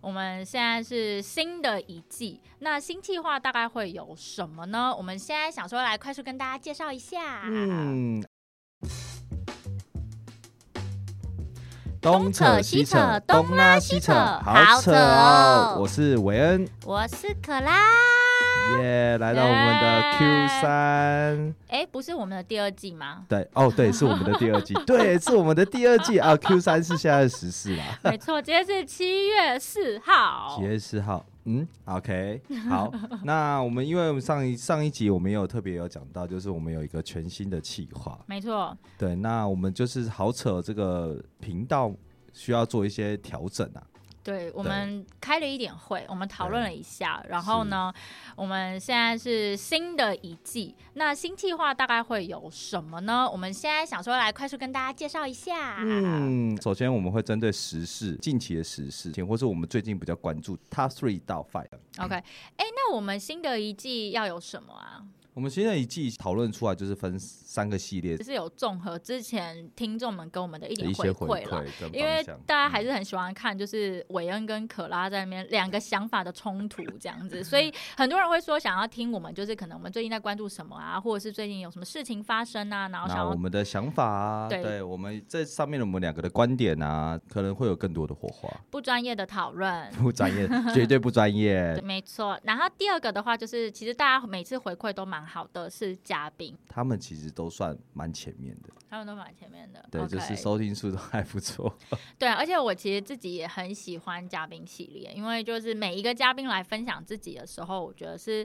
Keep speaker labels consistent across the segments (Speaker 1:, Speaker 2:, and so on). Speaker 1: 我们现在是新的一季，那新计划大概会有什么呢？我们现在想说来快速跟大家介绍一下。
Speaker 2: 嗯，
Speaker 1: 东扯西扯东拉西扯好
Speaker 2: 好
Speaker 1: 扯
Speaker 2: 扯
Speaker 1: 哦
Speaker 2: 哦！我是韦恩，
Speaker 1: 我是可拉，
Speaker 2: 耶，来到我们的
Speaker 1: 耶
Speaker 2: Q 三，
Speaker 1: 哎，不是我们的第二季吗？
Speaker 2: 对，哦，对，是我们的第二 季，对，是我们的第二季啊，Q 三是现在的时事啦。
Speaker 1: 没 错，今天是七月四号
Speaker 2: 几。月四号？嗯，OK，好。那我们因为我们上一上一集我们也有特别有讲到，就是我们有一个全新的企划，
Speaker 1: 没错，
Speaker 2: 对，那我们就是好扯这个频道需要做一些调整啊，
Speaker 1: 对我们开了一点会，我们讨论了一下，然后
Speaker 2: 是
Speaker 1: 呢，我们现在是新的一季，那新计划大概会有什么呢？我们现在想说来快速跟大家介绍一下。
Speaker 2: 嗯，首先我们会针对时事、近期的时事，或是我们最近比较关注 Top Three 到 Five。
Speaker 1: OK，哎、那我们新的一季要有什么啊？
Speaker 2: 我们新的一季讨论出来就是分三个系列
Speaker 1: 就，是有综合之前听众们给我们的一
Speaker 2: 的
Speaker 1: 点
Speaker 2: 一些回
Speaker 1: 馈了。
Speaker 2: 馈跟
Speaker 1: 因为
Speaker 2: 方向。嗯
Speaker 1: 大家还是很喜欢看，就是韦恩跟可拉在那边两个想法的冲突这样子，所
Speaker 2: 嗯
Speaker 1: 以很多人会说想要听我们，就是可能我们最近在关注什么啊，或者是最近有什么事情发生啊，然后想
Speaker 2: 那我
Speaker 1: 要
Speaker 2: 们的想法啊，
Speaker 1: 对
Speaker 2: 对我们这上面的我们两个的观点啊，可能会有更多的 火花。
Speaker 1: 不专业的讨论。
Speaker 2: 不专业，绝对不专
Speaker 1: 对
Speaker 2: 业。
Speaker 1: 没错，然后第二个的话就是，其实大家每次回馈都蛮好的，是嘉宾，
Speaker 2: 他们其实都算蛮前面的，
Speaker 1: 他们都蛮前面的。
Speaker 2: 对
Speaker 1: o k
Speaker 2: 就是收听数都还不错。
Speaker 1: 对，而且我其实自己也很喜欢嘉宾系列，因为就是每一个嘉宾来分享自己的时候，我觉得是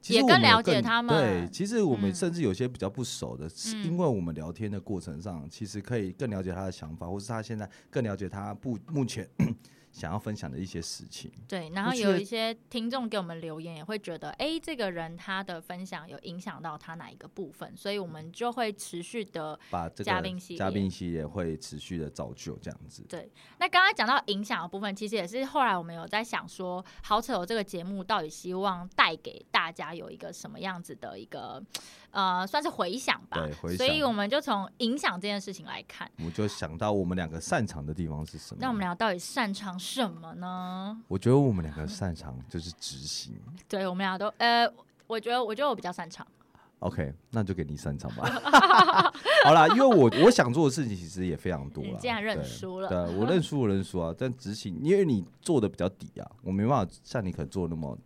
Speaker 2: 其实
Speaker 1: 也
Speaker 2: 我
Speaker 1: 更
Speaker 2: 们有
Speaker 1: 了解他们
Speaker 2: 对，其实我们
Speaker 1: 嗯
Speaker 2: 甚至有些比较不熟的，是
Speaker 1: 嗯
Speaker 2: 因为我们聊天的过程上，其实可以更了解他的想法，或是他现在更了解他不目前 想要分享的一些事情。
Speaker 1: 对。然后
Speaker 2: 觉
Speaker 1: 有
Speaker 2: 得
Speaker 1: 一些听众给我们留言，也会觉得，哎，这个人他的分享有影响到他哪一个部分，所以我们就会持续的。
Speaker 2: 把这个
Speaker 1: 嘉宾系列
Speaker 2: 嘉宾系列会持续的造就这样子。
Speaker 1: 那刚刚讲到影响的部分，其实也是后来我们有在想说，好扯有哦这个节目到底希望带给大家有一个什么样子的一个呃，算是回响吧。
Speaker 2: 对回
Speaker 1: 所以
Speaker 2: 响
Speaker 1: 我们就从影响这件事情来看。
Speaker 2: 我们就想到我们两个擅长的地方是什么？
Speaker 1: 那我们俩到底擅长什么呢？
Speaker 2: 我觉得我们两个擅长就是执行。
Speaker 1: 对我们俩都呃，我觉得我觉得我比较擅长。
Speaker 2: OK，那就给你擅长吧。 好啦，因为我我想做的事情其实也非常多
Speaker 1: 你
Speaker 2: 了。
Speaker 1: 竟然认
Speaker 2: 对
Speaker 1: 输了
Speaker 2: 对，我认输，我认输啊！ 但执行，因为你做的比较底啊，我没办法像你可能做的那么
Speaker 1: 哦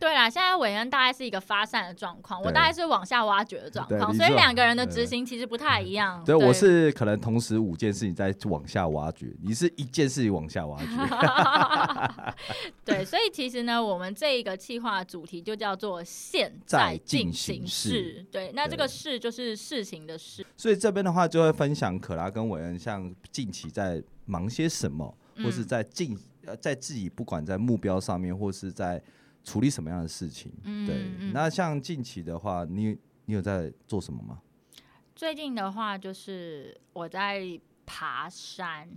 Speaker 1: 对啦，现在韦恩大概是一个发散的状况，我
Speaker 2: 对
Speaker 1: 大概是往下挖掘的状
Speaker 2: 对
Speaker 1: 况，
Speaker 2: 你
Speaker 1: 所以
Speaker 2: 是
Speaker 1: 两个人的执行其实不太一样。
Speaker 2: 对，啊我是可能同时五件事情在往下挖掘，你是一件事情往下挖 掘。
Speaker 1: 对，所以其实呢，我们这一个计划主题就叫做“现
Speaker 2: 在
Speaker 1: 进
Speaker 2: 进
Speaker 1: 行
Speaker 2: 行
Speaker 1: 式”。对，那这
Speaker 2: 对
Speaker 1: 个“事”就是事情的“事
Speaker 2: 所以这边的话就会分享可拉跟韦恩，像近期在忙些什么，或是
Speaker 1: 嗯
Speaker 2: 在进呃在自己不管在目标上面，或是在处理什么样的事情。”。对
Speaker 1: 嗯，，嗯
Speaker 2: 那像近期的话，你你有在做什么吗？
Speaker 1: 哦最近的话就是我在爬山，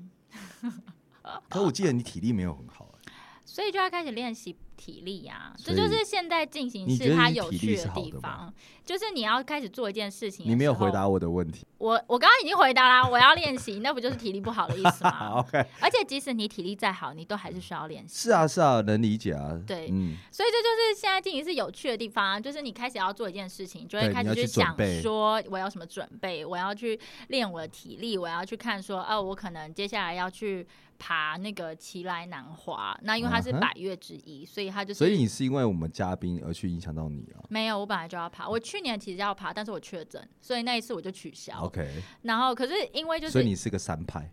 Speaker 2: 可我记得你体力没有很好、欸，
Speaker 1: 所以就要开始练习体力呀、这
Speaker 2: 所以
Speaker 1: 就是现在进行
Speaker 2: 你觉
Speaker 1: 式
Speaker 2: 得
Speaker 1: 它
Speaker 2: 你
Speaker 1: 有
Speaker 2: 体力
Speaker 1: 趣
Speaker 2: 是
Speaker 1: 的
Speaker 2: 好
Speaker 1: 地
Speaker 2: 的吗
Speaker 1: 方，就是你要开始做一件事情。
Speaker 2: 你没有回，答我的问题。
Speaker 1: 我我刚刚已经回答啦，我要练习， 那不就是体力不好的意思吗？
Speaker 2: OK，
Speaker 1: 而且即使你体力再好，你都还是需要练习。
Speaker 2: 是啊是啊，能理解啊。
Speaker 1: 对
Speaker 2: 嗯，
Speaker 1: 所以这就是现在进行式有趣的地方啊，就是你开始要做一件事情，你就会
Speaker 2: 对
Speaker 1: 开
Speaker 2: 你
Speaker 1: 始
Speaker 2: 要去准
Speaker 1: 想
Speaker 2: 备
Speaker 1: 说我有什么准备，我要去练我的体力，我要去看说，哦、我可能接下来要去爬那个奇来南华，那因为它是
Speaker 2: 嗯哼
Speaker 1: 百越之一，所以它就是
Speaker 2: 所以你是因为我们嘉宾而去影响到你啊。
Speaker 1: 没有，我本来就要爬。我去年其实要爬，但是我确诊，所以那一次我就取消。
Speaker 2: OK，
Speaker 1: 然后可是因为就
Speaker 2: 所以
Speaker 1: 是
Speaker 2: 你是个三派，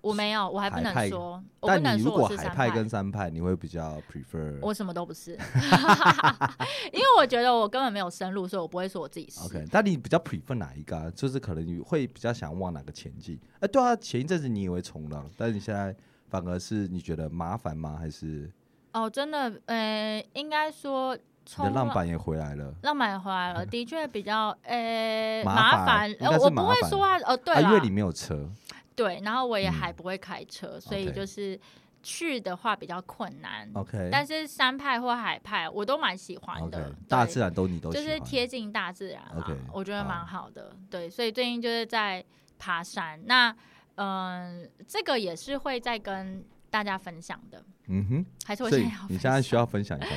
Speaker 1: 我没有，我还不
Speaker 2: 海派
Speaker 1: 能说，我不
Speaker 2: 但
Speaker 1: 能
Speaker 2: 你
Speaker 1: 说
Speaker 2: 如果
Speaker 1: 我是
Speaker 2: 海
Speaker 1: 三
Speaker 2: 派跟三派，你会比较 prefer。
Speaker 1: 我什么都不 是，因为我觉得我根本没有深入，所以我不会说我自己是。
Speaker 2: OK，但你比较 prefer 哪一个、啊？就是可能你会比较想往哪个前进？哎、对啊，前一阵子你以为冲浪，但你现在反而是你觉得麻烦吗？还是
Speaker 1: 哦，真的，呃，应该说
Speaker 2: 你的
Speaker 1: 冲
Speaker 2: 浪。板也回来了？
Speaker 1: 浪漫也回来 了，的确比较呃
Speaker 2: 麻
Speaker 1: 麻
Speaker 2: 烦
Speaker 1: 烦
Speaker 2: 应，
Speaker 1: 呃
Speaker 2: 该是
Speaker 1: 我不
Speaker 2: 麻
Speaker 1: 会
Speaker 2: 烦
Speaker 1: 说啊，哦对
Speaker 2: 啊，因为
Speaker 1: 啦，
Speaker 2: 你没有车。
Speaker 1: 对，然后我也
Speaker 2: 嗯
Speaker 1: 还不会开车，所以
Speaker 2: OK
Speaker 1: 就是去的话比较困难。
Speaker 2: OK，
Speaker 1: 但是山派或海派我都蛮喜欢
Speaker 2: OK，
Speaker 1: 的，
Speaker 2: 大
Speaker 1: 对
Speaker 2: 自然都你都喜
Speaker 1: 就
Speaker 2: 欢
Speaker 1: 是贴近大自然啦
Speaker 2: OK，
Speaker 1: 我觉得
Speaker 2: 好
Speaker 1: 蛮好的。对，所以最呃近就是在爬山。那嗯、这个也是会在跟大家分享的，
Speaker 2: 嗯哼，
Speaker 1: 还是我
Speaker 2: 所
Speaker 1: 现
Speaker 2: 以
Speaker 1: 在要分
Speaker 2: 你现在需
Speaker 1: 享
Speaker 2: 要分享一下吗？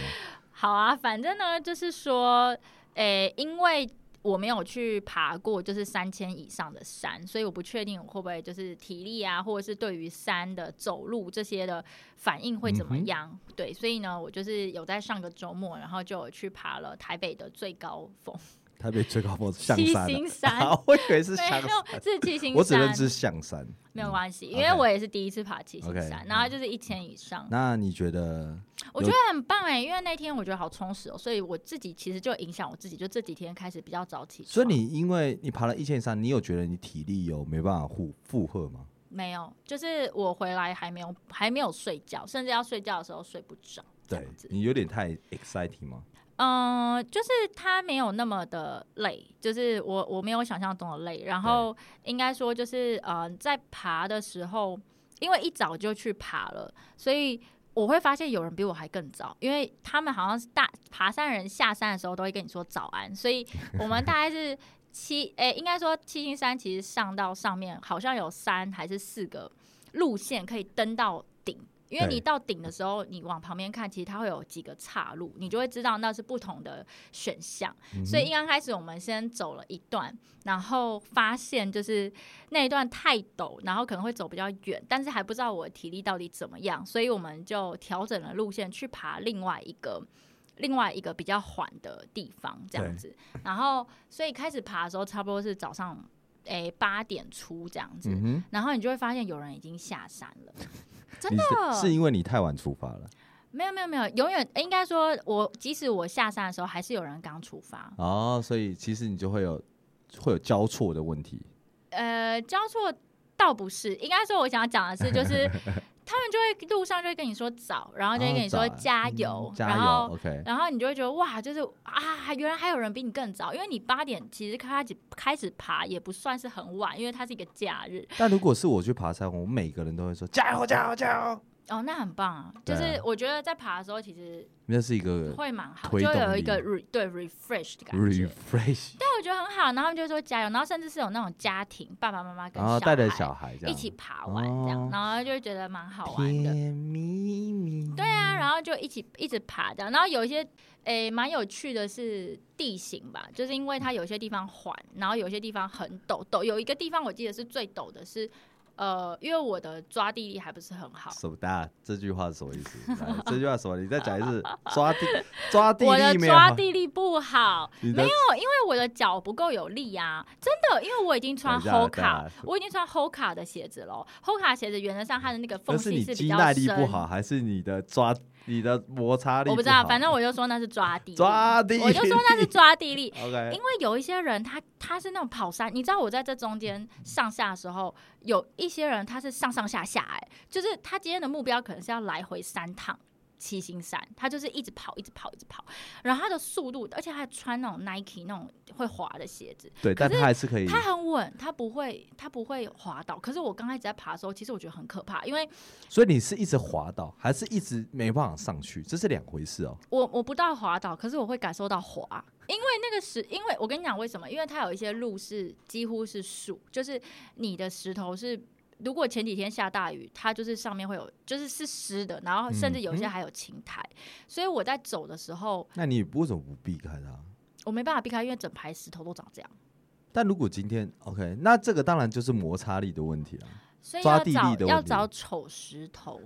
Speaker 1: 好啊，反正呢，就是说，诶、因为我没有去爬过就是三千以上的山，所以我不确定我会不会就是体力啊，或者是对于山的走路这些的反应会怎么
Speaker 2: 嗯哼
Speaker 1: 样。对，所以呢，我就是有在上个周末，然后就有去爬了台北的最高峰
Speaker 2: 台北最高峰是象
Speaker 1: 七
Speaker 2: 山啊，
Speaker 1: 星山。
Speaker 2: 我以为是
Speaker 1: 没
Speaker 2: 象山，
Speaker 1: 有，是七星山，
Speaker 2: 我只认知象山。
Speaker 1: 没有
Speaker 2: 嗯
Speaker 1: 关系，因
Speaker 2: OK
Speaker 1: 为我也是第一次爬七星
Speaker 2: OK，嗯
Speaker 1: 山，然后就是一千以上。
Speaker 2: 那你觉得
Speaker 1: 我
Speaker 2: 有
Speaker 1: 觉得很棒哎、因为那天我觉得好充实哦、所以我自己其实就影响我自己，就这几天开始比较早起床。
Speaker 2: 所以你因为你爬了一千三，你有觉得你体力有没办法负负荷吗？
Speaker 1: 没有，就是我回来还没有还没有睡觉，甚至要睡觉的时候睡不着。这
Speaker 2: 对
Speaker 1: 样子
Speaker 2: 你有点太 exciting 吗？
Speaker 1: 嗯、就是它没有那么的累，就是我我没有想象中的累。然后应该说就是呃，在爬的时候，因为一早就去爬了，所以我会发现有人比我还更早，因为他们好像是大爬山人下山的时候都会跟你说早安，所以我们大概 是七诶、应该说七星山其实上到上面好像有三还是四个路线可以登到顶。因为
Speaker 2: 对
Speaker 1: 你到顶的时候，你往旁边看，其实它会有几个岔路，你就会知道那是不同的选项。
Speaker 2: 嗯哼
Speaker 1: 所以一刚开始我们先走了一段，然后发现就是那一段太陡，然后可能会走比较远，但是还不知道我的体力到底怎么样，所以我们就调整了路线去爬另外一个。另外一个比较缓的地方，这样
Speaker 2: 对
Speaker 1: 子，然后所以开始爬的时候，差不多是早上诶八、点出这样子，
Speaker 2: 嗯哼，
Speaker 1: 然后你就会发现有人已经下山 了，真
Speaker 2: 你
Speaker 1: 的
Speaker 2: 是是因为你太晚出发了
Speaker 1: 没有没有没有，永远应该说我，即使我下山的时候，还是有人刚出发，
Speaker 2: 哦，所以其实你就会有会有交错的问题。
Speaker 1: 呃，交错倒不是，应该说我想要讲的是，就是 他们就会路上就会跟你说早，然后就会跟你说
Speaker 2: 哦早安
Speaker 1: 加油，
Speaker 2: 嗯
Speaker 1: 然
Speaker 2: 加
Speaker 1: 后
Speaker 2: 油，OK，
Speaker 1: 然后你就会觉得哇，就是啊，原来还有人比你更早，因为你八点其实开始开始爬也不算是很晚，因为它是一个假日，
Speaker 2: 但如果是我去爬山，我每个人都会说加油加油加油，
Speaker 1: 哦，那很棒啊，就
Speaker 2: 对啊
Speaker 1: 是我觉得在爬的时候其实
Speaker 2: 那是一个
Speaker 1: 会蛮好，就
Speaker 2: 推动
Speaker 1: 有一
Speaker 2: 力
Speaker 1: 个 re, 对 refresh 的感觉。
Speaker 2: refresh，
Speaker 1: 但我觉得很好，然后他们就说加油，然后甚至是有那种家庭爸爸妈妈跟
Speaker 2: 然哦后带着小
Speaker 1: 孩
Speaker 2: 孩这
Speaker 1: 一
Speaker 2: 样
Speaker 1: 起爬完这样，
Speaker 2: 哦
Speaker 1: 然后就会觉得蛮好玩的。
Speaker 2: 甜蜜蜜，
Speaker 1: 对啊，然后就一起一直爬这样，然后有一些诶蛮有趣的是地形吧，就是因为它有些地方缓，然后有些地方很陡，陡有一个地方我记得是最陡的是，呃，因为我的抓地力还不是很好，
Speaker 2: 手大这句话是什么意 思？来这句话是什么？你再讲一次，抓地抓地
Speaker 1: 我的
Speaker 2: 力没有
Speaker 1: 抓
Speaker 2: 好？
Speaker 1: 地力不好，
Speaker 2: 你
Speaker 1: 没
Speaker 2: 的
Speaker 1: 有，因为我的脚不够有力啊，真的，因为我已经穿
Speaker 2: 等一下
Speaker 1: Hoka，
Speaker 2: 等一下
Speaker 1: 我已经穿 Hoka 的鞋子喽。Hoka 鞋子原则上它的那个缝
Speaker 2: 那是
Speaker 1: 隙
Speaker 2: 你
Speaker 1: 是比
Speaker 2: 肌
Speaker 1: 较
Speaker 2: 耐力
Speaker 1: 深，
Speaker 2: 不好，还是你的抓你的摩擦力？
Speaker 1: 我不知道，反正我就说那是抓地力，
Speaker 2: 抓地力
Speaker 1: 我就说那是抓地力。因
Speaker 2: OK
Speaker 1: 为有一些人他他是那种跑山，你知道我在这中间上下的时候，有一些人他是上上下下、哎，就是他今天的目标可能是要来回三趟七星山，他就是一直跑，一直跑，一直跑，然后他的速度，而且他还穿那种 Nike 那种会滑的鞋子，
Speaker 2: 对，但
Speaker 1: 可是
Speaker 2: 他还是可以。
Speaker 1: 他很稳，他不会他不会滑倒。可是我刚开始在爬的时候，其实我觉得很可怕，因为
Speaker 2: 所以你是一直滑倒，还是一直没办法上去？这是两回事哦。
Speaker 1: 我我不到滑倒，可是我会感受到滑，因为那个石，因为我跟你讲为什么？因为它有一些路是几乎是树，就是你的石头是。如果前几天下大雨，它就是上面会有，就是是湿的，然后甚至有一些
Speaker 2: 嗯
Speaker 1: 还有青苔，所以我在走的时候，
Speaker 2: 那你为什么不避开它？
Speaker 1: 我没办法避开，因为整排石头都长这样，
Speaker 2: 但如果今天 OK，那这个当然就是摩擦力的问题了。
Speaker 1: 所以
Speaker 2: 抓
Speaker 1: 要
Speaker 2: 地
Speaker 1: 找
Speaker 2: 力的
Speaker 1: 要
Speaker 2: 问题
Speaker 1: 找丑石头，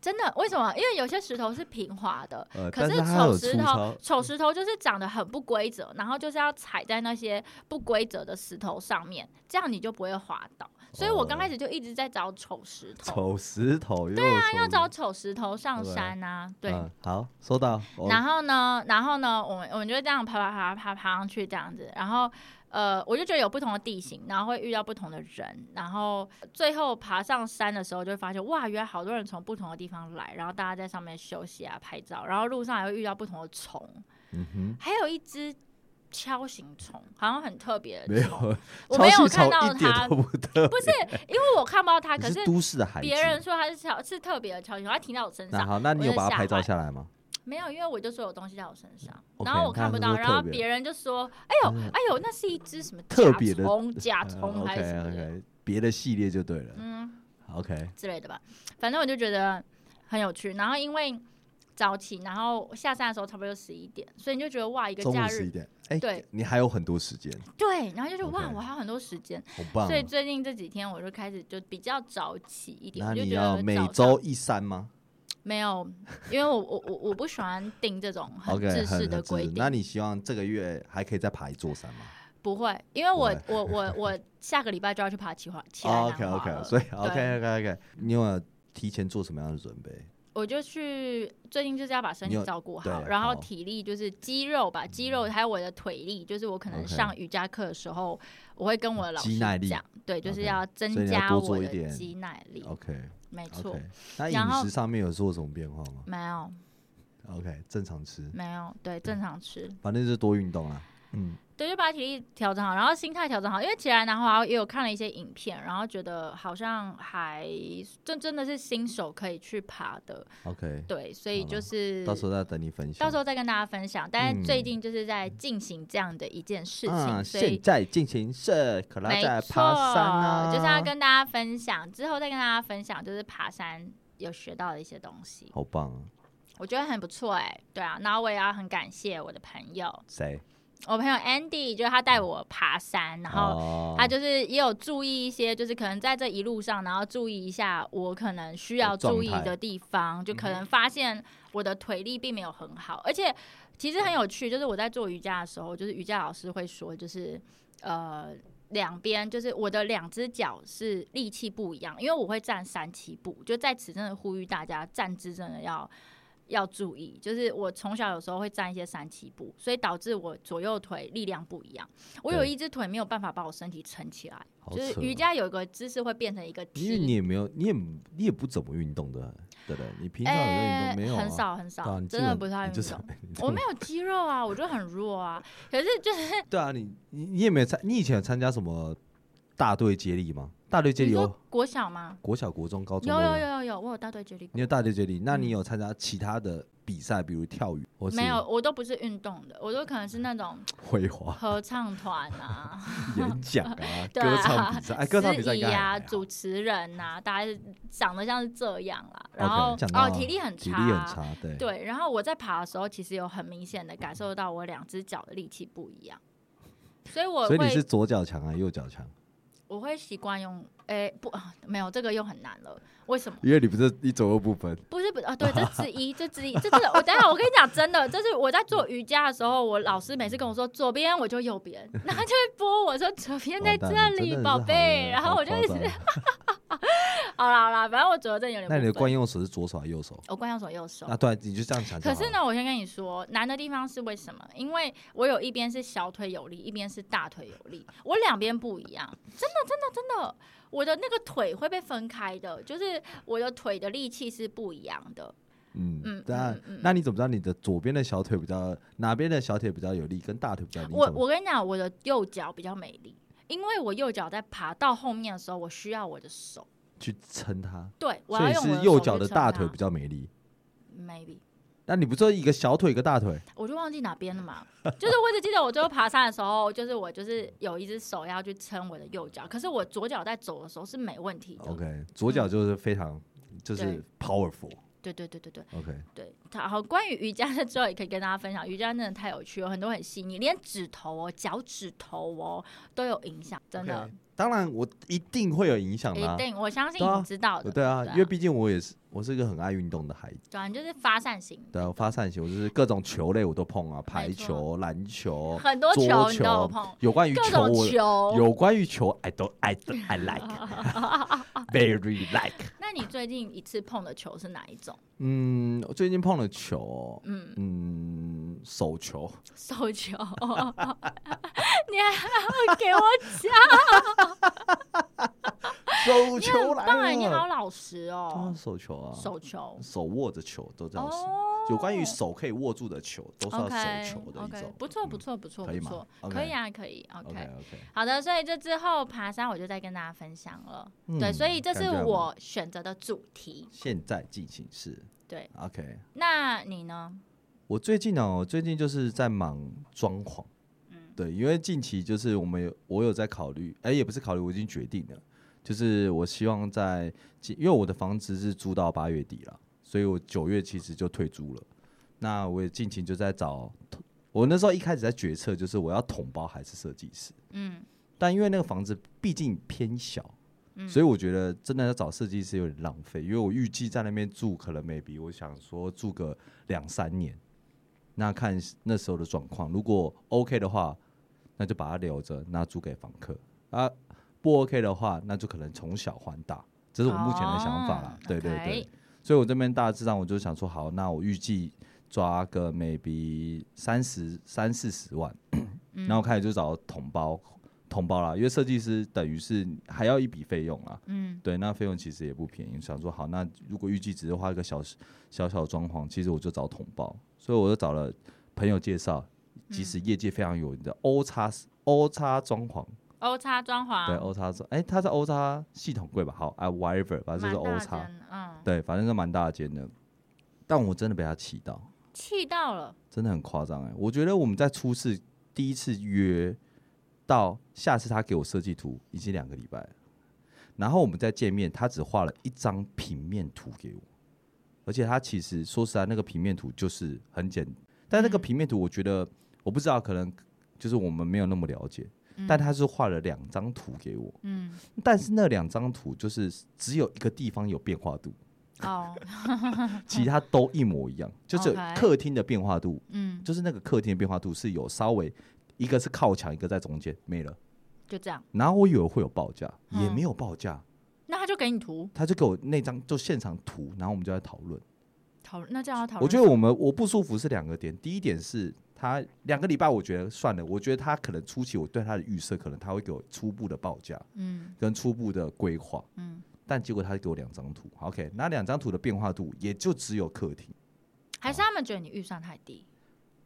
Speaker 1: 真的为什么？因为有些石头是平滑的，
Speaker 2: 呃，
Speaker 1: 可
Speaker 2: 但是它
Speaker 1: 丑
Speaker 2: 有
Speaker 1: 石
Speaker 2: 粗
Speaker 1: 头
Speaker 2: 糙，，嗯
Speaker 1: 丑石头就是长得很不规则，然后就是要踩在那些不规则的石头上面，这样你就不会滑倒。所以我刚
Speaker 2: 哦
Speaker 1: 开始就一直在找丑石头，
Speaker 2: 丑石头。对啊，
Speaker 1: 要找丑石头上
Speaker 2: 对
Speaker 1: 山啊，对。
Speaker 2: 嗯，好，收到。哦我
Speaker 1: 然后呢，然后呢，我们我们就这样爬爬爬爬爬上去这样子，然后呃，我就觉得有不同的地形，然后会遇到不同的人，然后最后爬上山的时候，就会发现哇，原来好多人从不同的地方来，然后大家在上面休息啊、拍照，然后路上还会遇到不同的虫，
Speaker 2: 嗯哼，
Speaker 1: 还有一只锹形虫，好像很特别
Speaker 2: 没
Speaker 1: 的虫，
Speaker 2: 有，
Speaker 1: 我没有
Speaker 2: 超细
Speaker 1: 看
Speaker 2: 草
Speaker 1: 到
Speaker 2: 一点
Speaker 1: 它，
Speaker 2: 都不特
Speaker 1: 不是因为我看不到它，
Speaker 2: 你
Speaker 1: 可是
Speaker 2: 是都市的孩子。
Speaker 1: 别人说它是锹是特别的锹形虫，它停到我身
Speaker 2: 那
Speaker 1: 上，
Speaker 2: 好，那你
Speaker 1: 我
Speaker 2: 有
Speaker 1: 就
Speaker 2: 把它
Speaker 1: 吓
Speaker 2: 拍照
Speaker 1: 坏
Speaker 2: 下来吗？
Speaker 1: 没有，因为我就说有东西在我身上，
Speaker 2: OK，
Speaker 1: 然后我看不到，
Speaker 2: 那是
Speaker 1: 然
Speaker 2: 特别嗯
Speaker 1: 后别人就说，哎呦哎呦，那是一只什么
Speaker 2: 特别的
Speaker 1: 甲虫甲
Speaker 2: 嗯
Speaker 1: 虫还是什么
Speaker 2: OK
Speaker 1: 的，
Speaker 2: OK，别的系列就对了。
Speaker 1: 嗯，
Speaker 2: OK，
Speaker 1: 之类的吧。反正我就觉得很有趣。然后因为早起，然后下山的时候差不多十一点，所以你就觉得哇，一个
Speaker 2: 中
Speaker 1: 假
Speaker 2: 午十一
Speaker 1: 日
Speaker 2: 点，哎，
Speaker 1: 对
Speaker 2: 你还有很多时间，
Speaker 1: 对，然后就觉得哇，
Speaker 2: OK
Speaker 1: 我还有很多时间。
Speaker 2: 好棒
Speaker 1: 所以
Speaker 2: 哦！
Speaker 1: 最近这几天我就开始就比较早起一点，
Speaker 2: 那
Speaker 1: 我就
Speaker 2: 你
Speaker 1: 觉
Speaker 2: 要
Speaker 1: 得
Speaker 2: 每
Speaker 1: 早上
Speaker 2: 周一三吗
Speaker 1: 没有，因为我我我我不喜欢定这种很
Speaker 2: ？OK，
Speaker 1: 制
Speaker 2: 很
Speaker 1: 式
Speaker 2: 很
Speaker 1: 的
Speaker 2: 自
Speaker 1: 规
Speaker 2: 制
Speaker 1: 定。
Speaker 2: 那你希望这个月还可以再爬一座山吗
Speaker 1: 不会，因为
Speaker 2: 不
Speaker 1: 我
Speaker 2: 会
Speaker 1: 我我我下个礼拜就要去爬奇华奇来
Speaker 2: 哦？OK
Speaker 1: 南华
Speaker 2: OK，
Speaker 1: 了
Speaker 2: 所以
Speaker 1: 啊 对
Speaker 2: OK OK OK，你有没有提前做什么样的准备？
Speaker 1: 我就去最近就是要把身
Speaker 2: 你
Speaker 1: 体
Speaker 2: 有
Speaker 1: 照顾
Speaker 2: 对
Speaker 1: 好，然后
Speaker 2: 好嗯
Speaker 1: 体力就是肌肉吧，肌肉还有我的腿力，就是我可能
Speaker 2: OK
Speaker 1: 上瑜伽课的时候，我会跟我的老
Speaker 2: 肌
Speaker 1: 师
Speaker 2: 耐力
Speaker 1: 讲，对，就是
Speaker 2: OK，
Speaker 1: 要
Speaker 2: 所以
Speaker 1: 增
Speaker 2: 你要
Speaker 1: 加
Speaker 2: 多
Speaker 1: 我
Speaker 2: 做一
Speaker 1: 的
Speaker 2: 点
Speaker 1: 肌耐力，
Speaker 2: OK
Speaker 1: 没错
Speaker 2: OK，，那
Speaker 1: 然
Speaker 2: 饮
Speaker 1: 后
Speaker 2: 食上面有做什么变化吗
Speaker 1: 没有
Speaker 2: ？OK，正常吃，
Speaker 1: 没有，对，正常吃，
Speaker 2: 反正就是多运动啦。嗯，
Speaker 1: 对，就把体力调整好，然后心态调整好。因为起来南华也有看了一些影片，然后觉得好像还真真的是新手可以去爬的，
Speaker 2: OK，
Speaker 1: 对，所以
Speaker 2: 好
Speaker 1: 就
Speaker 2: 了
Speaker 1: 是
Speaker 2: 到时候再等你分享。
Speaker 1: 到时候再跟大家分享。但是
Speaker 2: 嗯
Speaker 1: 最近就是在进行这样的一件事情，
Speaker 2: 啊，
Speaker 1: 所
Speaker 2: 现
Speaker 1: 以
Speaker 2: 在进行是可拉
Speaker 1: 没
Speaker 2: 在
Speaker 1: 错，
Speaker 2: 爬山啊，
Speaker 1: 就是要跟大家分享，之后再跟大家分享，就是爬山有学到的一些东西，
Speaker 2: 好棒啊！
Speaker 1: 我觉得很不错哎、对啊，然后我也要很感谢我的朋友，
Speaker 2: 谁？
Speaker 1: 我朋友 Andy，就是他带我爬山，然后
Speaker 2: 后
Speaker 1: 他就是也有注意一些，就是可能在这一路上，然后注意一下我可能需要注意的地方，就可
Speaker 2: 嗯
Speaker 1: 能发现我的腿力并没有很好，而且其实很有趣，就是我在做瑜伽的时候，就是瑜伽老师会说，就是呃。两边就是我的两只脚是力气不一样，因为我会站三七步，就在此真的呼吁大家站姿真的要要注意，就是我从小有时候会站一些三七步，所以导致我左右腿力量不一样。我有
Speaker 2: 对
Speaker 1: 一只腿没有办法把我身体撑起来，
Speaker 2: 好
Speaker 1: 就是
Speaker 2: 扯哦
Speaker 1: 瑜伽有一个姿势会变成一个
Speaker 2: 因为你
Speaker 1: T，
Speaker 2: 也没有，你也你也不怎么运动的，对不对？你平常有在运
Speaker 1: 哎
Speaker 2: 动没有啊？
Speaker 1: 很少很
Speaker 2: 对啊，
Speaker 1: 少，
Speaker 2: 你基
Speaker 1: 真的
Speaker 2: 本
Speaker 1: 不太
Speaker 2: 你
Speaker 1: 运
Speaker 2: 就是
Speaker 1: 动。
Speaker 2: 你
Speaker 1: 我没有肌肉啊，我就很弱啊。可是就是
Speaker 2: 对啊，你你你也没有参，你以前有参加什么大队接力吗？大队接
Speaker 1: 你
Speaker 2: 力
Speaker 1: 说
Speaker 2: 有
Speaker 1: 国小吗？
Speaker 2: 国小、国中、高中
Speaker 1: 有
Speaker 2: 都
Speaker 1: 有有有有，我有大队接力过
Speaker 2: 你有大队接力，那
Speaker 1: 嗯
Speaker 2: 你有参加其他的比赛，比如跳雨或是
Speaker 1: 没 有，我都不是运动的，我都可能
Speaker 2: 嗯
Speaker 1: 是那种、
Speaker 2: 绘画
Speaker 1: 合唱团啊、
Speaker 2: 演讲啊、
Speaker 1: 对
Speaker 2: 歌
Speaker 1: 啊
Speaker 2: 唱比赛， 哎，歌唱比赛
Speaker 1: 司
Speaker 2: 应
Speaker 1: 仪
Speaker 2: 该还
Speaker 1: 啊、
Speaker 2: 好
Speaker 1: 主持人呐、大概是长得像是这样啦。然后
Speaker 2: 讲
Speaker 1: 哦，
Speaker 2: 到
Speaker 1: 体力很
Speaker 2: 体
Speaker 1: 差
Speaker 2: 力
Speaker 1: 啊，
Speaker 2: 很差，对
Speaker 1: 对，然后我在爬的时候，其实有很明显的感受到我两只脚的力气不一样，所以我
Speaker 2: 所以你是
Speaker 1: 会
Speaker 2: 左脚强还是右脚强？
Speaker 1: 我会习惯用，哎、不啊，没有这个又很难了，为什么？
Speaker 2: 因为你不是你左右不分，
Speaker 1: 不是不是啊，对，这之一，这之一，这是我等一下我跟你讲真的，这是我在做瑜伽的时候，我老师每次跟我说左边我就右边，然后就会拨 我说左边在
Speaker 2: 完蛋
Speaker 1: 这
Speaker 2: 了真
Speaker 1: 里
Speaker 2: 的，是
Speaker 1: 宝
Speaker 2: 好
Speaker 1: 贝，然后
Speaker 2: 好
Speaker 1: 我就
Speaker 2: 夸
Speaker 1: 一直
Speaker 2: 张
Speaker 1: 好啦好啦，反正我左右正有点
Speaker 2: 那你的
Speaker 1: 不分
Speaker 2: 惯用手是左手还是右手？
Speaker 1: 我惯用左右手
Speaker 2: 啊，，对啊，你就这样想就
Speaker 1: 可
Speaker 2: 好了。
Speaker 1: 是呢，我先跟你说，难的地方是为什么？因为我有一边是小腿有力，一边是大腿有力，我两边不一样，真的，真的，真的，我的那个腿会被分开的，就是我的腿的力气是不一样的。嗯
Speaker 2: 嗯，对啊
Speaker 1: 嗯嗯，
Speaker 2: 那你怎么知道你的左边的小腿比较哪边的小腿比较有力，跟大腿比较有力？
Speaker 1: 我
Speaker 2: 你怎么
Speaker 1: 我跟你讲，我的右脚比较美丽，因为我右脚在爬到后面的时候，我需要我的手，
Speaker 2: 去撑它，
Speaker 1: 对我
Speaker 2: 所
Speaker 1: 要
Speaker 2: 以
Speaker 1: 用我
Speaker 2: 是右
Speaker 1: 手
Speaker 2: 脚
Speaker 1: 去
Speaker 2: 的
Speaker 1: 撑
Speaker 2: 大
Speaker 1: 它
Speaker 2: 腿比较没力。
Speaker 1: maybe。
Speaker 2: 那你不做一个小腿一个大腿？
Speaker 1: 我就忘记哪边了嘛，就是我只记得我最后爬山的时候，就是我就是有一只手要去撑我的右脚，可是我左脚在走的时候是没问题的。
Speaker 2: OK，左脚就是非常就
Speaker 1: 对
Speaker 2: 是 powerful。
Speaker 1: 对对对对对
Speaker 2: OK，
Speaker 1: 对。然后关于瑜伽的之后也可以跟大家分享，瑜伽真的太有趣，有很多很细腻，连指头哦、脚趾头哦都有影响，真的
Speaker 2: OK，当然我一定会有影响
Speaker 1: 一
Speaker 2: 啦。
Speaker 1: 定。我相信
Speaker 2: 对啊
Speaker 1: 你知道的，
Speaker 2: 对啊
Speaker 1: 对，啊
Speaker 2: 因为毕竟我也是我是一个很爱运动的孩子，
Speaker 1: 对啊，你就是发散型，
Speaker 2: 对啊，我发散型，我就是各种球类我都碰啊，排
Speaker 1: 没错
Speaker 2: 球、篮球、
Speaker 1: 很多
Speaker 2: 桌
Speaker 1: 球你
Speaker 2: 球
Speaker 1: 都有碰，
Speaker 2: 有关于
Speaker 1: 各
Speaker 2: 球
Speaker 1: 种
Speaker 2: 我
Speaker 1: 球。
Speaker 2: 有关于球，I don't I don't, I like very like。
Speaker 1: 那你最近一次碰的球是哪一种？
Speaker 2: 嗯，我最近碰了球哦，
Speaker 1: 嗯，
Speaker 2: 嗯，手球，
Speaker 1: 手球。你还要给我讲，
Speaker 2: 手
Speaker 1: 你很
Speaker 2: 球
Speaker 1: 棒哎，
Speaker 2: 来
Speaker 1: 你好
Speaker 2: 了，
Speaker 1: 老实
Speaker 2: 啊，
Speaker 1: 哦。
Speaker 2: 手球啊，
Speaker 1: 手球
Speaker 2: 手握着球都叫手，
Speaker 1: 哦，
Speaker 2: 有关于手可以握住的球都是要
Speaker 1: OK
Speaker 2: 手球的一
Speaker 1: OK，
Speaker 2: 种，
Speaker 1: 不错
Speaker 2: 嗯
Speaker 1: 不错不错
Speaker 2: 可
Speaker 1: 不
Speaker 2: 以吗
Speaker 1: 错，
Speaker 2: OK
Speaker 1: 可以啊可以 OK。
Speaker 2: OK OK，
Speaker 1: 好的，所以这之后爬山我就再跟大家分享了。
Speaker 2: 嗯
Speaker 1: 对，所以这是我选择的主题。
Speaker 2: 现在进行式
Speaker 1: 对，
Speaker 2: OK。
Speaker 1: 那你呢？
Speaker 2: 我最近哦，我最近就是在忙装潢，
Speaker 1: 嗯
Speaker 2: 对，因为近期就是我们有我有在考虑，哎、也不是考虑，我已经决定了，就是我希望在，因为我的房子是租到八月底了，所以我九月其实就退租了。那我也尽情就在找，我那时候一开始在决策就是我要统包还是设计师，
Speaker 1: 嗯
Speaker 2: 但因为那个房子毕竟偏小，
Speaker 1: 嗯，
Speaker 2: 所以我觉得真的要找设计师有点浪费，因为我预计在那边住可能 maybe 我想说住个两三年，那看那时候的状况，如果 OK 的话，那就把它留着，那租给房客啊；不 OK 的话，那就可能从小还大，这是我目前的想法
Speaker 1: 哦
Speaker 2: 啦。对对对
Speaker 1: OK
Speaker 2: 所以我这边大致上我就想说，好，那我预计抓个 maybe 三十三四十万。
Speaker 1: 嗯
Speaker 2: 然后开始就找同胞，同胞啦，因为设计师等于是还要一笔费用啦。
Speaker 1: 嗯
Speaker 2: 对，那费用其实也不便宜。想说好，那如果预计只是花一个小时小小的装潢，其实我就找同胞，所以我就找了朋友介绍，即使业界非常有名的 O 叉 O 叉装潢，
Speaker 1: ，O 叉装潢，
Speaker 2: 对 O 叉装，哎，它是 O 叉系统柜吧？好，啊 whatever，反正就
Speaker 1: 蛮
Speaker 2: 是 O
Speaker 1: 大
Speaker 2: 叉，
Speaker 1: 间的，嗯，
Speaker 2: 对，反正是蛮大间的。但我真的被他气到，
Speaker 1: 气到了，
Speaker 2: 真的很夸张哎！我觉得我们在初次第一次约到下次他给我设计图已经两个礼拜了，然后我们再见面，他只画了一张平面图给我，而且他其实说实在，那个平面图就是很简，但那个
Speaker 1: 嗯
Speaker 2: 平面图我觉得我不知道，可能就是我们没有那么了解，但他是画了两张图给我，
Speaker 1: 嗯，
Speaker 2: 但是那两张图就是只有一个地方有变化度，
Speaker 1: 哦，
Speaker 2: 其他都一模一样，就是有
Speaker 1: 嗯 OK
Speaker 2: 客厅的变化度
Speaker 1: 嗯，
Speaker 2: 就是那个客厅的变化度是有稍微一个是靠墙，一个在中间没了。
Speaker 1: 就这样，
Speaker 2: 然后我以为会有报价，
Speaker 1: 嗯
Speaker 2: 也没有报价，
Speaker 1: 那他就给你图
Speaker 2: 他就给我那张就现场图，然后我们就在讨论。
Speaker 1: 讨论，那这样要讨论，
Speaker 2: 我觉得我们我不舒服是两个点，第一点是他两个礼拜，我觉得算了，我觉得他可能初期我对他的预设，可能他会给我初步的报价
Speaker 1: 嗯
Speaker 2: 跟初步的规划，
Speaker 1: 嗯，
Speaker 2: 但结果他给我两张图，OK，那两张图的变化度也就只有客厅。
Speaker 1: 还是他们觉得你预算太低，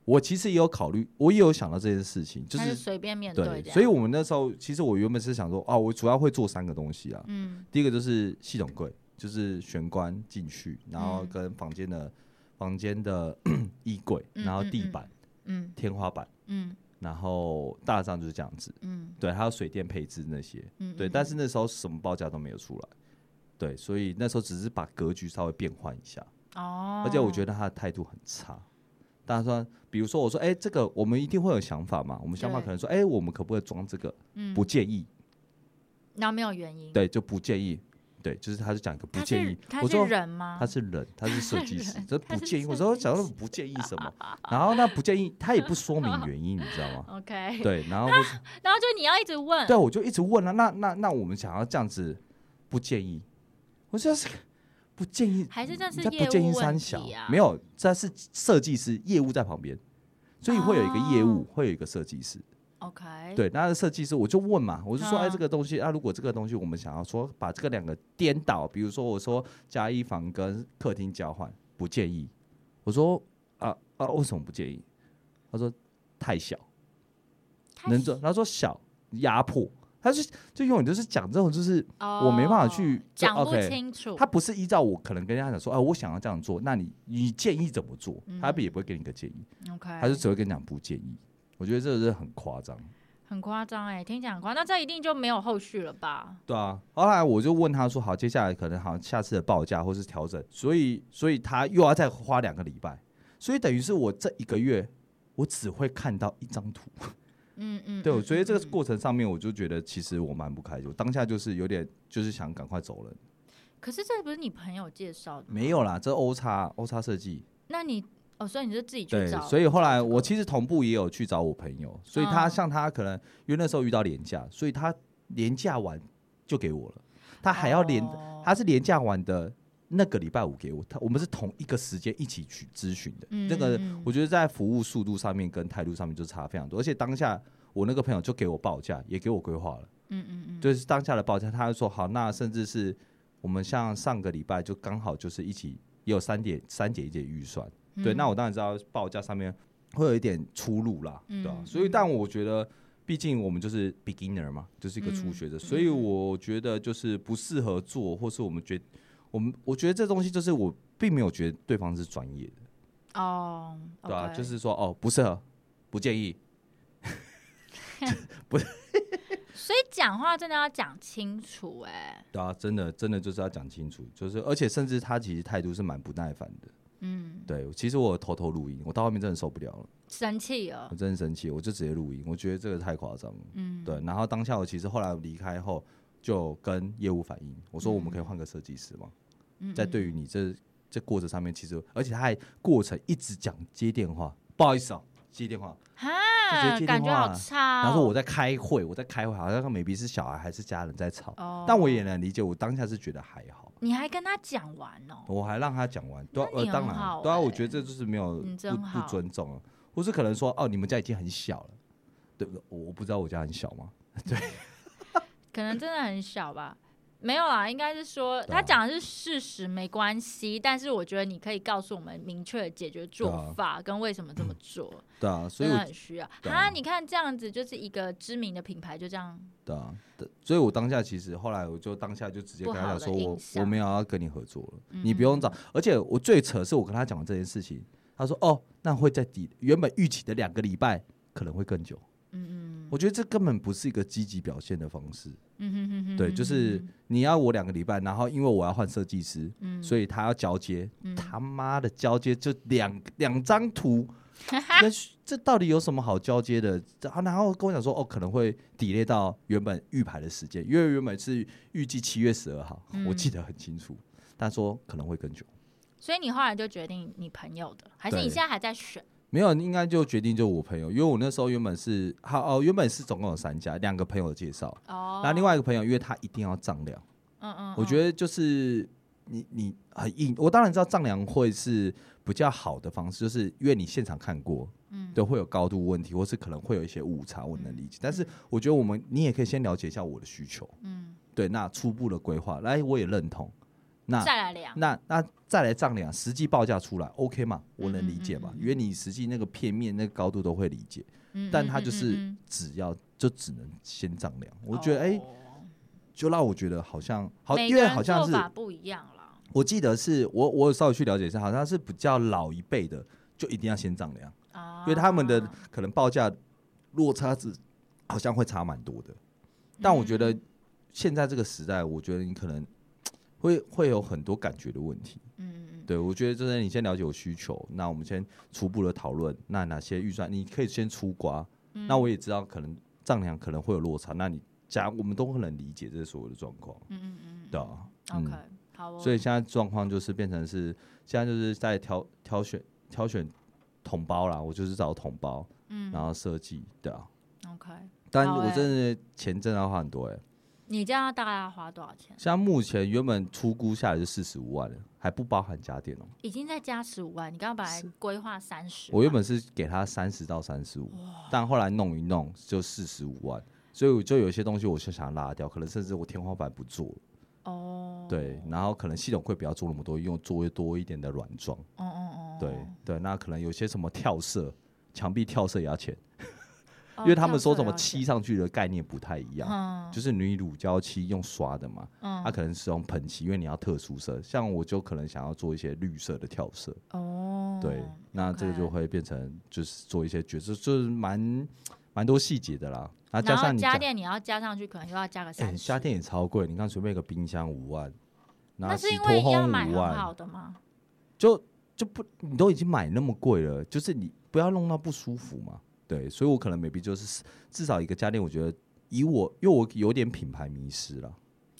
Speaker 2: 我其实也有考虑，我也有想到这件事情，就
Speaker 1: 他就是随便面啊
Speaker 2: 对，
Speaker 1: 这样，
Speaker 2: 所以我们那时候其实我原本是想说，哦，我主要会做三个东西啊。
Speaker 1: 嗯
Speaker 2: 第一个就是系统柜，就是玄关进去，然后跟房间的、房间的 衣柜，
Speaker 1: 嗯
Speaker 2: 然后地板、
Speaker 1: 嗯
Speaker 2: 天花板，
Speaker 1: 嗯
Speaker 2: 然后大致上就是这样子。
Speaker 1: 嗯
Speaker 2: 对，还有水电配置那些，
Speaker 1: 嗯，
Speaker 2: 对，但是那时候什么报价都没有出来。对，所以那时候只是把格局稍微变换一下，
Speaker 1: 哦，
Speaker 2: 而且我觉得他的态度很差。大家说，比如说我说，哎、这个我们一定会有想法嘛？我们想法
Speaker 1: 对
Speaker 2: 可能说，哎、我们可不可以装这个？
Speaker 1: 嗯
Speaker 2: 不建议，
Speaker 1: 然后没有原因，
Speaker 2: 对，就不建议，对，就是他就讲一个不
Speaker 1: 他
Speaker 2: 建
Speaker 1: 是
Speaker 2: 议。
Speaker 1: 他
Speaker 2: 我
Speaker 1: 是
Speaker 2: 说
Speaker 1: 人吗？
Speaker 2: 他是人，他是设计师，这不
Speaker 1: 他是
Speaker 2: 建议。
Speaker 1: 设
Speaker 2: 我说我讲到不建议什么，然后那不建议他也不说明原因，你知道吗？
Speaker 1: OK，
Speaker 2: 对，然后或是
Speaker 1: 然后就你要一直 问，
Speaker 2: 对我就一直问啊，那那那我们想要这样子不建议，我说是不建议，
Speaker 1: 还是这是
Speaker 2: 你在
Speaker 1: 业
Speaker 2: 不
Speaker 1: 务
Speaker 2: 建议
Speaker 1: 问
Speaker 2: 三小
Speaker 1: 题啊？
Speaker 2: 没有，这是设计师业务在旁边，所以会有一个业
Speaker 1: 哦
Speaker 2: 务，会有一个设计师。
Speaker 1: OK，，
Speaker 2: 对，那设计师我就问嘛，我就说，哎，
Speaker 1: 嗯
Speaker 2: 这个东西啊，如果这个东西我们想要说把这个两个颠倒，比如说我说加一房跟客厅交换，不建议。我说啊啊，为什么不建议？他说太小，能做。他说小压迫，他就就永远就是讲这种，就是
Speaker 1: 哦
Speaker 2: 我没办法去
Speaker 1: 讲不
Speaker 2: OK，
Speaker 1: 清楚，
Speaker 2: 他不是依照我可能跟他讲说，哎、我想要这样做，那你你建议怎么做？
Speaker 1: 嗯
Speaker 2: 他也不会给你一个建议，
Speaker 1: OK，
Speaker 2: 他就只会跟你讲不建议。我觉得这个是很夸张。
Speaker 1: 很夸张哎，听起来很夸张，那这一定就没有后续了吧？
Speaker 2: 对啊，后来我就问他说：“好，接下来可能好像下次的报价或是调整，所以所以他又要再花两个礼拜，所以等于是我这一个月我只会看到一张图。
Speaker 1: 嗯嗯，
Speaker 2: 对，
Speaker 1: 嗯
Speaker 2: 我觉得这个
Speaker 1: 嗯
Speaker 2: 过程上面，我就觉得其实我蛮不开心，我当下就是有点就是想赶快走人。
Speaker 1: 嗯可是这不是你朋友介绍的，
Speaker 2: 没有啦，这欧叉欧叉设计，
Speaker 1: 那你哦，所以你是自己去
Speaker 2: 对
Speaker 1: 找，，
Speaker 2: 所以后来
Speaker 1: 找这个
Speaker 2: 我其实同步也有去找我朋友，所以他
Speaker 1: 嗯
Speaker 2: 像他可能因为那时候遇到廉价，所以他廉价完就给我了，他还要连。
Speaker 1: 哦
Speaker 2: 他是廉价完的那个礼拜五给我，他我们是同一个时间一起去咨询的。
Speaker 1: 嗯
Speaker 2: 那个
Speaker 1: 嗯嗯
Speaker 2: 我觉得在服务速度上面跟态度上面就差非常多，而且当下我那个朋友就给我报价，也给我规划了，
Speaker 1: 嗯嗯嗯，
Speaker 2: 就是当下的报价，他就说好，那甚至是我们像上个礼拜就刚好就是一起也有三点三点一点预算，对，
Speaker 1: 嗯
Speaker 2: 那我当然知道报价上面会有一点出入啦，
Speaker 1: 嗯
Speaker 2: 对吧、
Speaker 1: 嗯
Speaker 2: 所以，但我觉得，毕竟我们就是 beginner 嘛，就是一个
Speaker 1: 嗯
Speaker 2: 初学者，所以我觉得就是不适合做，或是我们觉我们我觉得这东西就是我并没有觉得对方是专业的，
Speaker 1: 哦，
Speaker 2: 对啊吧、
Speaker 1: OK
Speaker 2: 就是说哦，不适合，不建议，
Speaker 1: 所以讲话真的要讲清楚、哎，
Speaker 2: 对啊，真的真的就是要讲清楚，就是而且甚至他其实态度是蛮不耐烦的。
Speaker 1: 嗯，
Speaker 2: 对，其实我有偷偷录音，我到后面真的受不了了，
Speaker 1: 生气了
Speaker 2: 我，真的生气，我就直接录音，我觉得这个太夸张了。
Speaker 1: 嗯，
Speaker 2: 对，然后当下我其实后来离开后，就跟业务反映，我说我们可以换个设计师吗？
Speaker 1: 嗯，
Speaker 2: 在对于你这这过程上面，其实而且他还过程一直讲接电话，不好意思哦、接电话。就直
Speaker 1: 哈
Speaker 2: 接，接
Speaker 1: 感
Speaker 2: 电
Speaker 1: 觉好
Speaker 2: 话
Speaker 1: 差、哦。
Speaker 2: 他说我在开会，我在开会，好像 maybe 是小孩还是家人在吵，
Speaker 1: 哦
Speaker 2: 但我也能理解，我当下是觉得还好。
Speaker 1: 你还跟他讲完哦，
Speaker 2: 我还让他讲完，对啊、
Speaker 1: 那你
Speaker 2: 呃，当
Speaker 1: 很
Speaker 2: 然啊，
Speaker 1: 好
Speaker 2: 对啊，
Speaker 1: 欸
Speaker 2: 我觉得这就是没有
Speaker 1: 你
Speaker 2: 不
Speaker 1: 真
Speaker 2: 不
Speaker 1: 好
Speaker 2: 尊重啊，或是可能说哦，你们家已经很小了，对不对？我我不知道我家很小吗？
Speaker 1: 可能真的很小吧。没有啦，应该是说
Speaker 2: 对啊
Speaker 1: 他讲的是事实，没关系。但是我觉得你可以告诉我们明确的解决做法跟为什么这么做，
Speaker 2: 对啊，所以
Speaker 1: 真的
Speaker 2: 我
Speaker 1: 很需要。
Speaker 2: 对
Speaker 1: 哈、
Speaker 2: 啊
Speaker 1: 你看这样子就是一个知名的品牌就这样，
Speaker 2: 对啊，对所以我当下其实后来我就当下就直接跟他讲说
Speaker 1: 不好的嗯
Speaker 2: 我
Speaker 1: 印象
Speaker 2: 我没有要跟你合作了，你不用找。而且我最扯是我跟他讲完这件事情，他说哦，那会在底原本预期的两个礼拜可能会更久。
Speaker 1: 嗯嗯
Speaker 2: 我觉得这根本不是一个积极表现的方式。
Speaker 1: 嗯哼哼嗯哼，
Speaker 2: 对，就是你要我两个礼拜，然后因为我要换设计师，
Speaker 1: 嗯
Speaker 2: 所以他要交接，
Speaker 1: 嗯
Speaker 2: 他妈的交接就两两张图，
Speaker 1: 嗯
Speaker 2: 那是这到底有什么好交接的？然后然后跟我讲说，哦，可能会 delay 到原本预排的时间，因为原本是预计七月十二号，
Speaker 1: 嗯
Speaker 2: 我记得很清楚。他说可能会更久，
Speaker 1: 所以你后来就决定你朋友的，还是你
Speaker 2: 对
Speaker 1: 现在还在选？
Speaker 2: 没有，应该就决定就我朋友，因为我那时候原本是好哦，原本是总共有三家，两个朋友的介绍，
Speaker 1: 哦，
Speaker 2: 然后另外一个朋友，因为他一定要丈量。
Speaker 1: 嗯嗯，
Speaker 2: 我
Speaker 1: 得
Speaker 2: 觉得就是你你很硬，我当然知道丈量会是比较好的方式，就是因为你现场看过，
Speaker 1: 嗯
Speaker 2: 对，会有高度问题，或是可能会有一些误差，我能理解。但是我觉得我们你也可以先了解一下我的需求，
Speaker 1: 嗯，
Speaker 2: 对，那初步的规划，来我也认同，那。
Speaker 1: 再来量，
Speaker 2: 那那再来丈量，实际报价出来 OK 嘛？我能理解嘛？
Speaker 1: 嗯嗯嗯嗯
Speaker 2: 因为你实际那个片面那个高度都会理解，
Speaker 1: 嗯
Speaker 2: 但
Speaker 1: 嗯
Speaker 2: 他
Speaker 1: 嗯
Speaker 2: 就
Speaker 1: 嗯
Speaker 2: 是
Speaker 1: 嗯
Speaker 2: 只要就只能先丈量。我觉得哎、
Speaker 1: 哦
Speaker 2: 就让我觉得好像好，
Speaker 1: 每个
Speaker 2: 因为
Speaker 1: 人
Speaker 2: 好像
Speaker 1: 做
Speaker 2: 是
Speaker 1: 法不一样啦。
Speaker 2: 我记得是我我有稍微去了解一下，好像是比较老一辈的，就一定要先丈量，
Speaker 1: 啊，
Speaker 2: 因为他们的可能报价落差值好像会差蛮多的。但我觉
Speaker 1: 嗯
Speaker 2: 得现在这个时代，我觉得你可能会会有很多感觉的问题。
Speaker 1: 嗯，嗯嗯，
Speaker 2: 对我觉得就是你先了解我需求，那我们先初步的讨论，那哪些预算你可以先出瓜。
Speaker 1: 嗯
Speaker 2: 那我也知道可能丈量可能会有落差，那你假我们都能理解这所有的状况，
Speaker 1: 嗯嗯嗯
Speaker 2: 对啊。
Speaker 1: 嗯
Speaker 2: 嗯
Speaker 1: ，OK，好哦。
Speaker 2: 所以现在状况就是变成是现在就是在挑挑选挑选桶包啦，我就是找桶包，
Speaker 1: 嗯
Speaker 2: 然后设计对啊。
Speaker 1: OK，
Speaker 2: 但
Speaker 1: 好欸
Speaker 2: 我真的钱真的要花很多哎、欸，
Speaker 1: 你这样大概要花多少钱？
Speaker 2: 像目前原本初估下来是四十五万了，还不包含家电哦、
Speaker 1: 已经再加十五万，你刚刚本来规划三十，
Speaker 2: 我原本是给他三十到三十五，但后来弄一弄就四十五万，所以我就有些东西我就想拉掉，可能甚至我天花板不做了，
Speaker 1: 哦，
Speaker 2: 对，然后可能系统会不要做那么多，用做多一点的软装。
Speaker 1: 哦哦哦，
Speaker 2: 对对，那可能有些什么跳色，墙壁跳色也要钱，
Speaker 1: 哦，
Speaker 2: 因为他们说
Speaker 1: 这
Speaker 2: 什
Speaker 1: 样
Speaker 2: 么
Speaker 1: 了解
Speaker 2: 漆，上去的概念不太一样，
Speaker 1: 嗯
Speaker 2: 就是你乳胶漆用刷的嘛，它、
Speaker 1: 嗯，
Speaker 2: 可能是用喷漆，因为你要特殊色。像我就可能想要做一些绿色的跳色，
Speaker 1: 哦，
Speaker 2: 对，那这个
Speaker 1: OK
Speaker 2: 就会变成就是做一些角色，就是蛮蛮多细节的啦。那啊加
Speaker 1: 然后
Speaker 2: 上你
Speaker 1: 家
Speaker 2: 讲
Speaker 1: 电你要加上去，可能又要加个
Speaker 2: 哎
Speaker 1: 三十，
Speaker 2: 家电也超贵，你看随便一个冰箱五万，然后
Speaker 1: 那是
Speaker 2: 洗
Speaker 1: 因
Speaker 2: 脱
Speaker 1: 为要
Speaker 2: 烘
Speaker 1: 买
Speaker 2: 五
Speaker 1: 很
Speaker 2: 万，
Speaker 1: 好的吗？
Speaker 2: 就就不，你都已经买那么贵了，就是你不要弄到不舒服嘛。对，所以我可能 maybe 就是至少一个家电，我觉得以我，因为我有点品牌迷失了，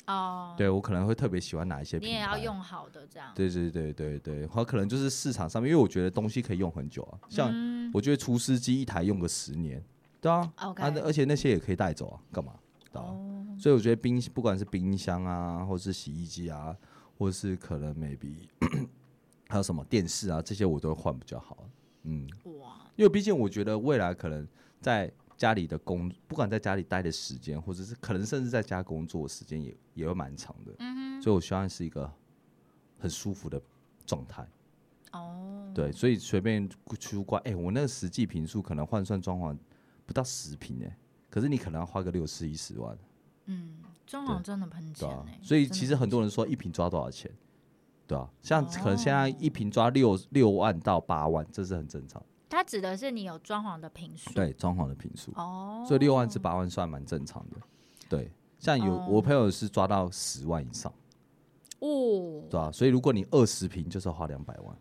Speaker 1: 哦，，
Speaker 2: 对我可能会特别喜欢哪一些
Speaker 1: 你
Speaker 2: 品牌，
Speaker 1: 也要。用好的这样，
Speaker 2: 啊对对对对对，或可能就是市场上面，因为我觉得东西可以用很久啊，像
Speaker 1: 嗯
Speaker 2: 我觉得除湿机一台用个十年，对啊，
Speaker 1: ，OK，
Speaker 2: 啊，那而且那些也可以带走啊，干嘛？对啊，
Speaker 1: 哦，
Speaker 2: 所以我觉得冰不管是冰箱啊，或是洗衣机啊，或是可能 maybe 还有什么电视啊，这些我都会换比较好。嗯，
Speaker 1: 哇，
Speaker 2: 因为毕竟我觉得未来可能在家里的工，不管在家里待的时间，或者是可能甚至在家工作的时间也也会蛮长的，
Speaker 1: 嗯
Speaker 2: 所以我希望是一个很舒服的状态。
Speaker 1: 哼，哦，
Speaker 2: 对，所以随便出挂，哎、我那个实际平数可能换算装潢不到十平哎，可是你可能要花个六十一十万。
Speaker 1: 嗯，装潢真的喷钱
Speaker 2: 对啊
Speaker 1: 欸，
Speaker 2: 所以
Speaker 1: 真
Speaker 2: 其
Speaker 1: 的欸
Speaker 2: 实很多人说一瓶抓多少钱，对啊，像可能现在
Speaker 1: 哦
Speaker 2: 一瓶抓六六万到八万，这是很正常。
Speaker 1: 它指的是你有装潢的平数，
Speaker 2: 对，装潢的瓶数，
Speaker 1: 哦，
Speaker 2: 所以六万至八万算蛮正常的。对，像有、
Speaker 1: 哦
Speaker 2: 我朋友是抓到十万以上，
Speaker 1: 哦
Speaker 2: 对，吧、所以如果你二十平，就是要花两百万，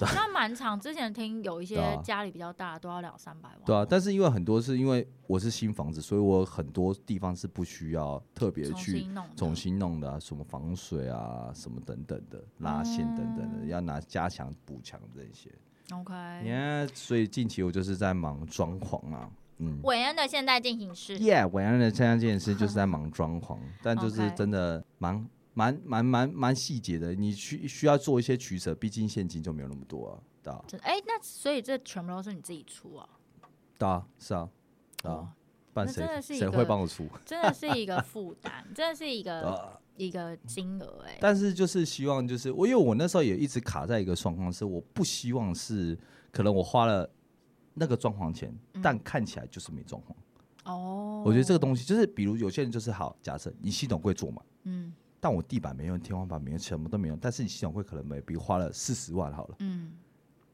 Speaker 1: 好像蛮长。之前听有一
Speaker 2: 对
Speaker 1: 些
Speaker 2: 啊
Speaker 1: 家里比较大的都要两三百万，
Speaker 2: 对啊。但是因为很多是因为我是新房子，所以我很多地方是不需要特别
Speaker 1: 重
Speaker 2: 去
Speaker 1: 新弄的，
Speaker 2: 重新弄的、啊，什么防水啊，什么等等的，拉线等等的，
Speaker 1: 嗯
Speaker 2: 要拿加强补强这些。
Speaker 1: OK。
Speaker 2: 你看，所以近期我就是在忙装潢啊，嗯，
Speaker 1: 韦恩的现代进行式，
Speaker 2: 耶，伟安的现在这件事就是在忙装 潢，但就是
Speaker 1: OK
Speaker 2: 真的蛮蛮蛮蛮蛮细节的，你需需要做一些取舍，毕竟现金就没有那么多啊，对啊，
Speaker 1: 真哎、那所以这全部都是你自己出啊？
Speaker 2: 对啊，是啊，对
Speaker 1: 哇
Speaker 2: 啊，不然
Speaker 1: 哦那真的
Speaker 2: 谁
Speaker 1: 是一
Speaker 2: 谁
Speaker 1: 个哎
Speaker 2: 会帮我出？
Speaker 1: 真的是一个负担，真的是一
Speaker 2: 对
Speaker 1: 个
Speaker 2: 啊
Speaker 1: 一个金额哎、
Speaker 2: 但是就是希望就是我，因为我那时候也一直卡在一个状况，是我不希望是可能我花了那个装潢钱，
Speaker 1: 嗯
Speaker 2: 但看起来就是没装潢。
Speaker 1: 哦，
Speaker 2: 我觉得这个东西就是，比如有些人就是好，假设你系统柜做嘛，
Speaker 1: 嗯
Speaker 2: 但我地板没用，天花板没用，什么都没用，但是你系统柜可能没，比如花了四十万好了，
Speaker 1: 嗯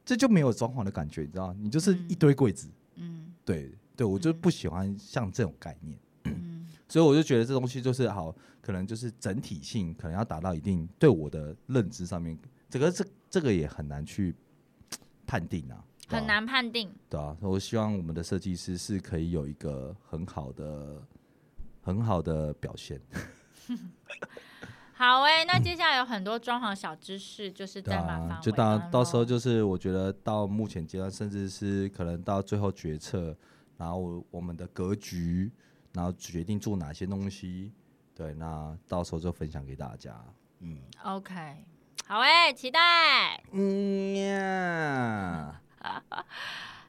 Speaker 2: 这就没有装潢的感觉，你知道吗？你就是一堆柜子，
Speaker 1: 嗯
Speaker 2: 对对，我就不喜欢像这种概念。
Speaker 1: 嗯
Speaker 2: 所以我就觉得这东西就是好，可能就是整体性，可能要达到一定对我的认知上面，这个这这个也很难去判定啊，对啊
Speaker 1: 很，难判定，
Speaker 2: 对啊。所以我希望我们的设计师是可以有一个很好的、很好的表现。
Speaker 1: 好哎、那接下来有很多装潢小知识，就是
Speaker 2: 对
Speaker 1: 在麻
Speaker 2: 啊
Speaker 1: 烦，
Speaker 2: 就
Speaker 1: 伟
Speaker 2: 到
Speaker 1: 恩
Speaker 2: 到
Speaker 1: 咯
Speaker 2: 时候就是我觉得到目前阶段，甚至是可能到最后决策，然后我我们的格局，然后决定做哪些东西，对，那到时候就分享给大家。
Speaker 1: OK，好哎、期待。
Speaker 2: 嗯呀，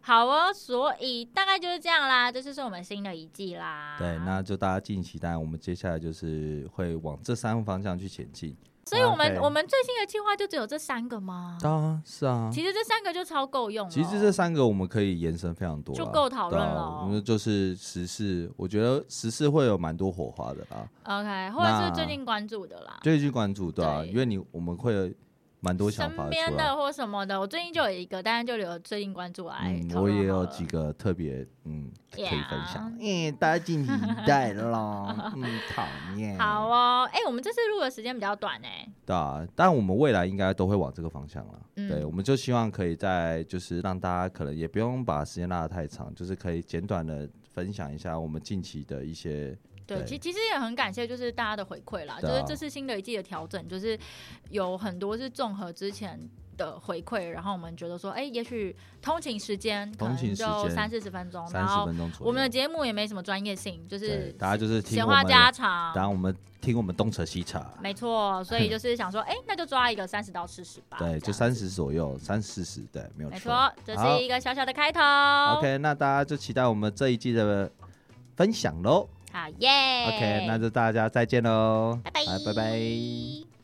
Speaker 1: 好哦，所以大概就是这样啦，这就是我们新的一季啦。
Speaker 2: 嗯对，那就大家敬请期待，我们接下来就是会往这三个方向去前进。
Speaker 1: 所以我们
Speaker 2: OK
Speaker 1: 我们最新的计划就只有这三个吗？
Speaker 2: 当然是啊，
Speaker 1: 哦其实这三个就超够用了。
Speaker 2: 其实这三个我们可以延伸非常多啦，
Speaker 1: 就够讨论
Speaker 2: 对啊
Speaker 1: 了哦
Speaker 2: 我们就是时事，我觉得时事会有蛮多火花的啦，
Speaker 1: OK，或者是
Speaker 2: 那
Speaker 1: 最近关注的啦，
Speaker 2: 就会去关注，对啊，
Speaker 1: 对
Speaker 2: 因为你我们会有蛮多想法
Speaker 1: 身
Speaker 2: 出
Speaker 1: 边
Speaker 2: 来
Speaker 1: 的。或什么的，我最近就有一个，当然就留最近关注来
Speaker 2: 嗯，
Speaker 1: 讨论好了。
Speaker 2: 我也有几个特别嗯可以
Speaker 1: Yeah
Speaker 2: 分享，嗯，大家敬请期 待啦，嗯，讨厌，
Speaker 1: 好哦，哎、我们这次录的时间比较短哎、
Speaker 2: 对啊，但我们未来应该都会往这个方向了。
Speaker 1: 嗯
Speaker 2: 对，我们就希望可以在就是让大家可能也不用把时间拉得太长，就是可以简短的分享一下我们近期的一些
Speaker 1: 对，
Speaker 2: 对
Speaker 1: 其其实也很感谢，就是大家的回馈啦，就
Speaker 2: 对
Speaker 1: 是
Speaker 2: 啊
Speaker 1: 这次新的一季的调整，就是有很多是综合之前的回馈，然后我们觉得说，哎、也许通勤时间可
Speaker 2: 通
Speaker 1: 能
Speaker 2: 勤时
Speaker 1: 就
Speaker 2: 间
Speaker 1: 三四十分钟，然
Speaker 2: 三十
Speaker 1: 后
Speaker 2: 分钟左右。
Speaker 1: 我们的节目也没什么专业性，就
Speaker 2: 对
Speaker 1: 是
Speaker 2: 大家就是听
Speaker 1: 闲
Speaker 2: 我
Speaker 1: 话
Speaker 2: 们，
Speaker 1: 家
Speaker 2: 当
Speaker 1: 常。
Speaker 2: 然我们听我们东扯西扯，
Speaker 1: 没错，所 以就是想说，哎、那就抓一个三十到四十吧。
Speaker 2: 对，
Speaker 1: 嗯这
Speaker 2: 就
Speaker 1: 样
Speaker 2: 三十左右，三四十，对，没有
Speaker 1: 没
Speaker 2: 错
Speaker 1: 错。，这
Speaker 2: 好
Speaker 1: 是一个小小的开头。
Speaker 2: OK，那大家就期待我们这一季的分享喽。
Speaker 1: 好耶。
Speaker 2: OK，那就大家再见喽，
Speaker 1: 哎拜拜
Speaker 2: 好拜拜。